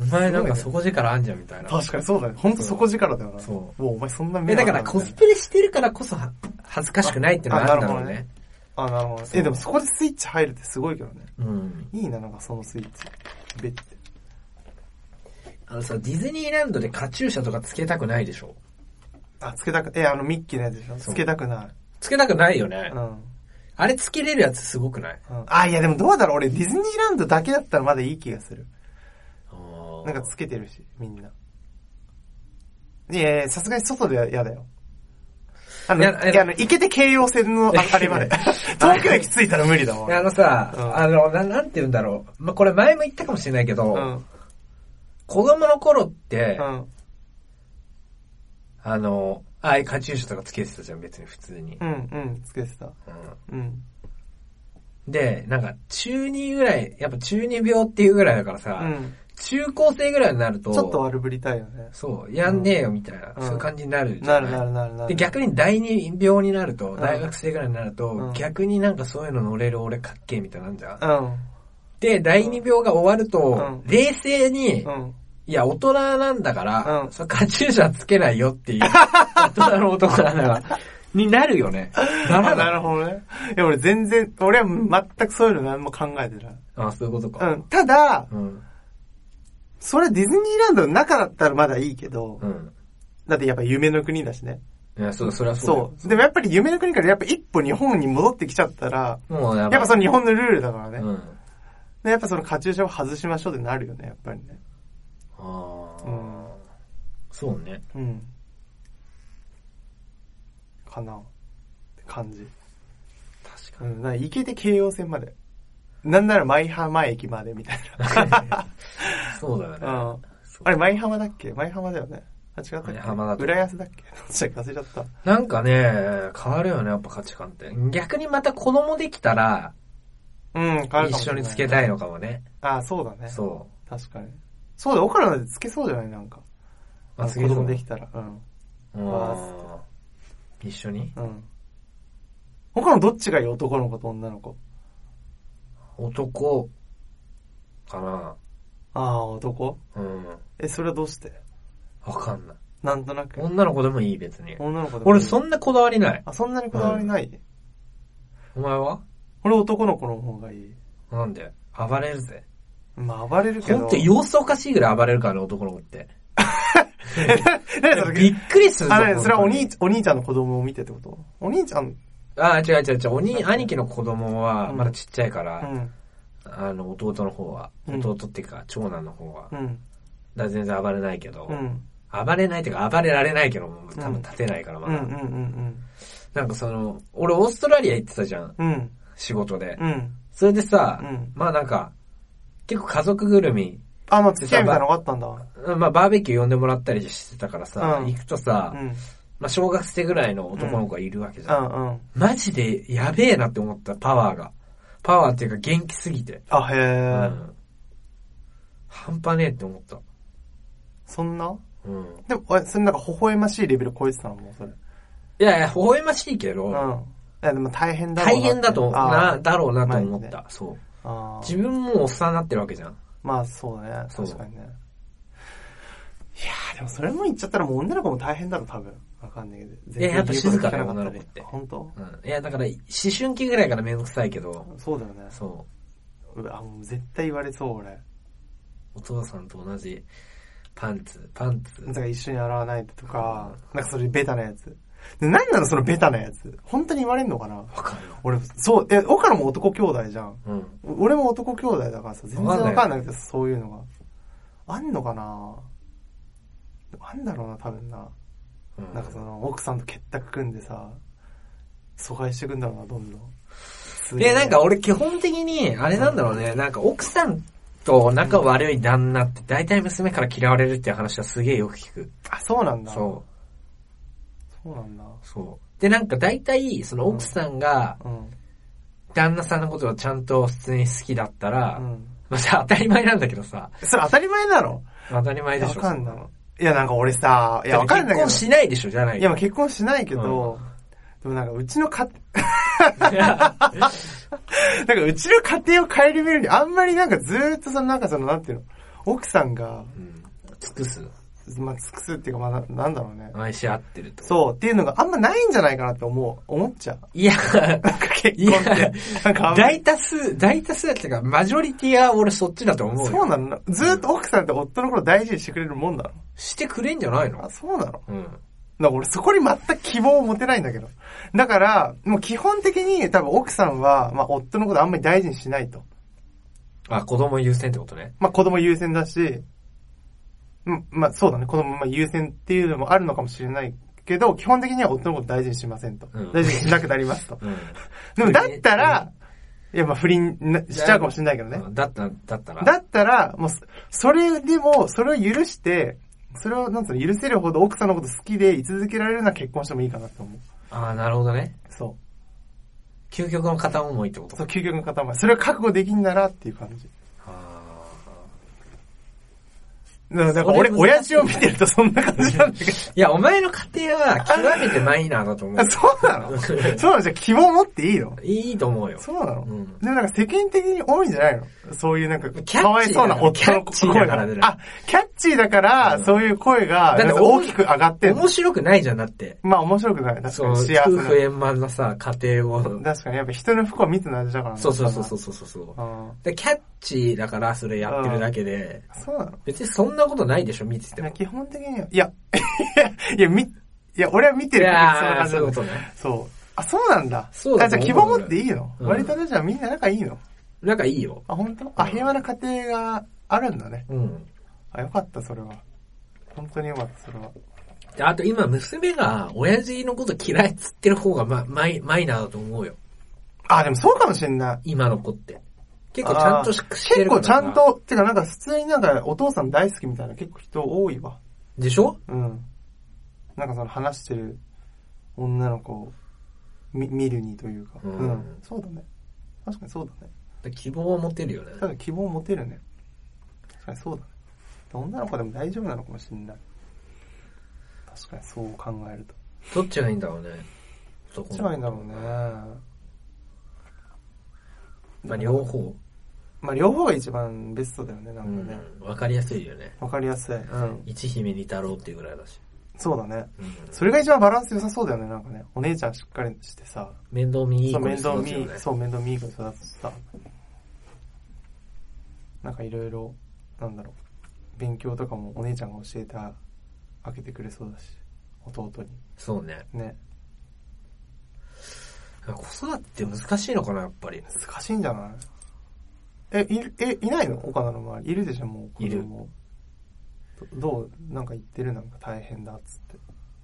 お前なんか底力あんじゃんみたいな。確かにそうだね。ほんと底力だよな。。そうもうお前そんな目え、だあんかならみたコいスプレしてるからこそは恥ずかしくないってのがあるんだろうね。な。あ、なるほどね。そうえ、でもそこでスイッチ入るってすごいけどね。うん。いいな、なんかそのスイッチ。べって。あのさ、ディズニーランドでカチューシャとかつけたくないでしょあ、つけたく、え、あのミッキーのやつでしょそうつけたくなつけたくないよね。い。うん。あれつけれるやつすごくないうんあ、いやでもどうだろう俺ディズニーランドだけだったらまだいい気がする。なんかつけてるし、みんな。いやいや、さすがに外では嫌だよ。あの、いいやあや、のあの、行けて京葉線のああれまで。遠く駅着いたら無理だもん。あのさ、うんあのな、なんて言うんだろう。まあ、これ前も言ったかもしれないけど、うん。子供の頃って、うん。あの、ああいうカチューシャとかつけてたじゃん、別に普通に。うん、うん、つけてた。ううん。んで、なんか中2ぐらい、やっぱ中二病っていうぐらいだからさ、うん。中高生ぐらいになると、ちょっと悪ぶりたいよね。そう、やんねえよみたいな、うんそういう感じになるじなゃないるなるなるなで、る。逆に第二病になると、ん大学生ぐらいになると、うん逆になんかそういうの乗れる俺かっけえみたいなんじゃん。うん。で、第二病が終わると、うん冷静に、うん。いや、大人なんだから、うんそのカチューシャつけないよ っていう、大人の男なんだから、になるよね。な あらなない。るほどね。いや、俺全然、俺は全くそういうの何も考えてない。あそういうことか。うん。ただ、うん。それディズニーランドの中だったらまだいいけど、うん。だってやっぱ夢の国だしね。いや、そう、それはそうだよそう。でもやっぱり夢の国からやっぱ一歩日本に戻ってきちゃったら、もうややっばいぱその日本のルールだからね。うん。でやっぱそのカチューシャを外しましょうってなるよね、やっぱりね。ああ、うんそうね。うん。かなって感じ。確うん。なんか行けて京葉線まで。なんなら舞浜駅までみた いに。そうだよね。な。うん。そうあれ舞浜だっけ舞浜だよね。あ、違ったっけ舞浜だと浦安だっけ どっちだっけ忘れちゃった。なんかね、変わるよね、やっぱ価値観って。逆にまた子供できたら、うん、変わる一緒につけたい。いのかもね。あ、そうだね。そ確かに。そうだ、オカラなんてつけそうじゃないなんか。う。あ、つ子けそう供できたら。うん。わあー一緒にうん。他のどっちがいい男の子と女の子。男、かなああ、男うん。え、それはどうしてわかんない。なんとなく。女の子でもいい、別に。女の子でも俺そんなこだわりない。あ、そんなにこだわりない、お前は俺男の子の方がいい。なんで暴れるぜ。まあ、暴れるけほど。んと様子おかしいぐらい暴れるからね、男の子って。何それびっくりするぞ。あ、何それはお兄本、お兄ちゃんの子供を見てってことお兄ちゃん、当にあ、違う違う違う。お兄、兄貴の子供は、うんまだちっちゃいかうら、ん、あの、弟の方は、うん弟っていうか、長男の方は、だかうん、ら全然暴れないけどう、ん、暴れないっていうか、暴れられないけど、もう多分立てないから、まうん、うん、だ。うん、なんかその、俺オーストラリア行ってたじゃん、うん、うん、仕事で。うん。それでさ、うんまあなんか、結構家族ぐるみ、あ、まあ、付き合いみたいなのがあったんだ。うんまあバーベキュー呼んでもらったりしてたからさ、うん行くとさ、うん、うん、まあ小学生ぐらいの男の子がいるわけじゃん。うん。マジでやべえなって思った、パワーが。パワーっていうか元気すぎて。あ、へうえ、ん半端ねえって思った。そんなうん。でも、えそれなんか微笑ましいレベル超えてたのもうそれ。いやいや、微笑ましいけど、うん。いや、でも大変だろう大なって変だと、あな、ーだろうなと思っまあた。そう。あー自分もおっさんになってるわけじゃん。まあ、そうだね。そう確かにね。いやー、でもそれも言っちゃったらもう女の子も大変だろ、多分。わかんないけど。いややっぱ静かだよ全然言うこと聞かな女の子って本当うん。いや、だから、思春期ぐらいからめんどくさいけど、そうだよね。そうわ、もう絶対言われそう、俺。う。お父さんと同じ、パンツ、パンツ。なんか一緒に洗わないとか、なんかそれベタなやつ。で、何なのそのベタなやつ。本当に言われんのかなわかるよ。俺、そう、え、岡野も男兄弟じゃん。うん。俺も男兄弟だからさ、全然わかんなくて、そういうのが。あんのかなあんだろうな、多分な。うんなんかその、奥さんと結託組んでさ、疎開してくんだろうな、どんどん。すげえで、なんか、俺基本的に、あれなんだろうね、なんか奥さんと仲悪い旦那って大体娘から嫌われるっていう話はすげえよく聞く。あ、そうなんだ。そそうなんだ。う。そう。で、なんか大体、その奥さんがうん。旦那さんのことをちゃんと普通に好きだったら、うん。まあさ、当たり前なんだけどさ、それ当たり前だろ当たり前でわしょ。かんない。いや、なんか俺さ、いや、わかん結ないけど婚。しないでしょ、じゃないいや、まあ結婚しないけど、でもなんかう ちの家、なんかうちの家庭を顧みるに、あんまりなんかずーっとそのなんかその、なんていうの、奥さんが、うん尽くす。まあ尽くすっていうか、まあななんだろうね。愛し合ってると。そう、っていうのがあんまないんじゃないかなって思う、思っちゃう。いや、なんか結婚っいやて。なんかあんま大り多数、大多数だっていうか、マジョリティは俺そっちだと思うよ。そうなのずーっと奥さんって夫のこと大事にしてくれるもんだろ。してくれんじゃないのあ、そうなのうん。だから俺そこに全く希望を持てないんだけど。だから、もう基本的に多分奥さんは、まあ夫のことあんまり大事にしないと。あ、子供優先ってことね。まあ子供優先だし、うん、まあそうだね、子供まあ優先っていうのもあるのかもしれないけど、基本的には夫のこと大事にしませんと。うん大事にしなくなりますと。うん。でもだったら、いやまあ不倫なしちゃうかもしれないけどね。だったら、だったら。だったら、もうそ、それでも、それを許して、それを、なんつうの、許せるほど奥さんのこと好きで居続けられるなら結婚してもいいかなって思う。ああ、なるほどね。そ究極の片思いってこう。とそう、か。究極の塊。それを覚悟できんならっていう感じ。あななんか俺、それ親難しい父を見てるとそんな感じなんだけ ど。ーいや、お前の家庭は極めてマイナーだと思あそうなのそうなのじゃあ希望持っていいのう。いいと思うよ。そうなの、うんでもなんか世間的に多いんじゃないのそういうなんかキャッ、チーかわいそうな夫のキャッチーだ声からがね。あ、キャッチーだから、そういう声が、だって大きく上がってる面白くないじゃん、だって。まあ面白くない。確かそう、に夫幸せな。婦円満なさ、家庭を。確かに、やっぱ人の不幸は密な味だからねそうそうそうそうそうそう。あで、キャッチーだから、それやってるだけで、あそうなの別にそんなことないでしょ、見てていもや、。基本的には、いや、 いや、み、いや、俺は見てるやー、けどそういうそんなこ感とね。じそう。あ、そうなんだ。そうだあとじゃあ思う希望持っていいの、うん割とね、じゃあみんな仲いいのなんかいいよ。あ、本当？あ、平和な家庭があるんだね。うん。あ、よかった、それは。本当によかった、それは。であと今、娘が、親父のこと嫌いっつってる方が、ま、マイ、マイナーだと思うよ。あ、でもそうかもしんない。今の子って。結構ちゃんとしあーして結るか構らちさゃん。と、てかなんか普通になんかお父さん大好きみたいな結構人多いわ。でしょうん。なんかその話してる女の子を見見るにというか、うんそうだね。確かにそうだね。希望は持てるよね。ただ希望持てるね。確かにそうだね。女の子でも大丈夫なのかもしれない。確かにそう考えると。どっちがいいんだろうね。どどっちがいいんだろうね。まあ両。方。まあ両方が一番ベストだよね、なうんかね。ん。わかりやすいよね。わ、かりやすい。うん。一姫二太郎っていうぐらいだし。そうだね。うん。それが一番バランス良さそうだよね、なんかね。お姉ちゃんしっかりしてさ。面倒見いいそ子にう、面育倒つ見よいね、。そう、面倒見いい子に育つしさ。なんかいろいろ、なんだろう。勉強とかもお姉ちゃんが教えてあ開けてくれそうだし、弟に。そうね。ね。子育てって難しいのかな、やっぱり。難しいんじゃないえ、いる、え、いないの岡田の周り。いるでしょ、もう子供。いるどどうなんか言ってるなんか大変だっつって。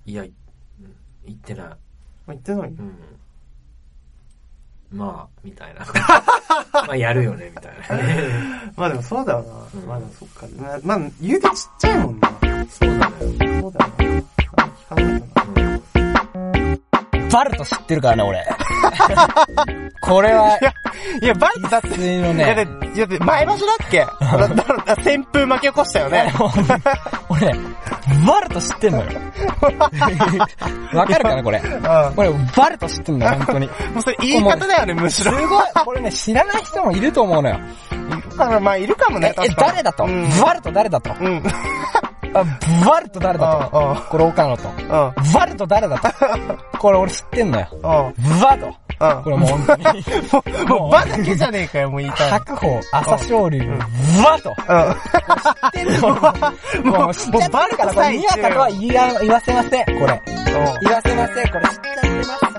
いや、うん言ってない。あ言ってない、うん。まあ、みたい な。まあ、やるよね、みたいまあでもそうだよな。うんまあでもそっか。ままあ、言うてちっちゃいもんな。な。そうだね。そうだよな。あ聞かないとな。うんバルト知ってるからね、俺。 これは、いや、バイトだって普通のいや、だって、ね、いやだって前橋だっけだだだ旋風巻き起こしたよね。俺ね、バルト知ってんの よ。わかるかな、これ。これ、バルト知ってんのよ、本当に。もうそれ言い方だよね、むしすろ。ごいこれね、知らない人もいると思うのよ。だからまあいるかもえね、、え確かに。誰だとうん。バルト誰だとうん。バルト誰だうんうんと。これ岡野と。うん。バルト誰だと。これ俺知ってんのよ。うん。バド。うんこれもう本当に。もう、もう、バだけじゃねえかよ、もう言いたい白鵬、朝青龍、バ ド。の。もう知っちゃってるから、これにわかとは言わ言わせません、これ。うん。うん。言わせません、これ知っちゃってます。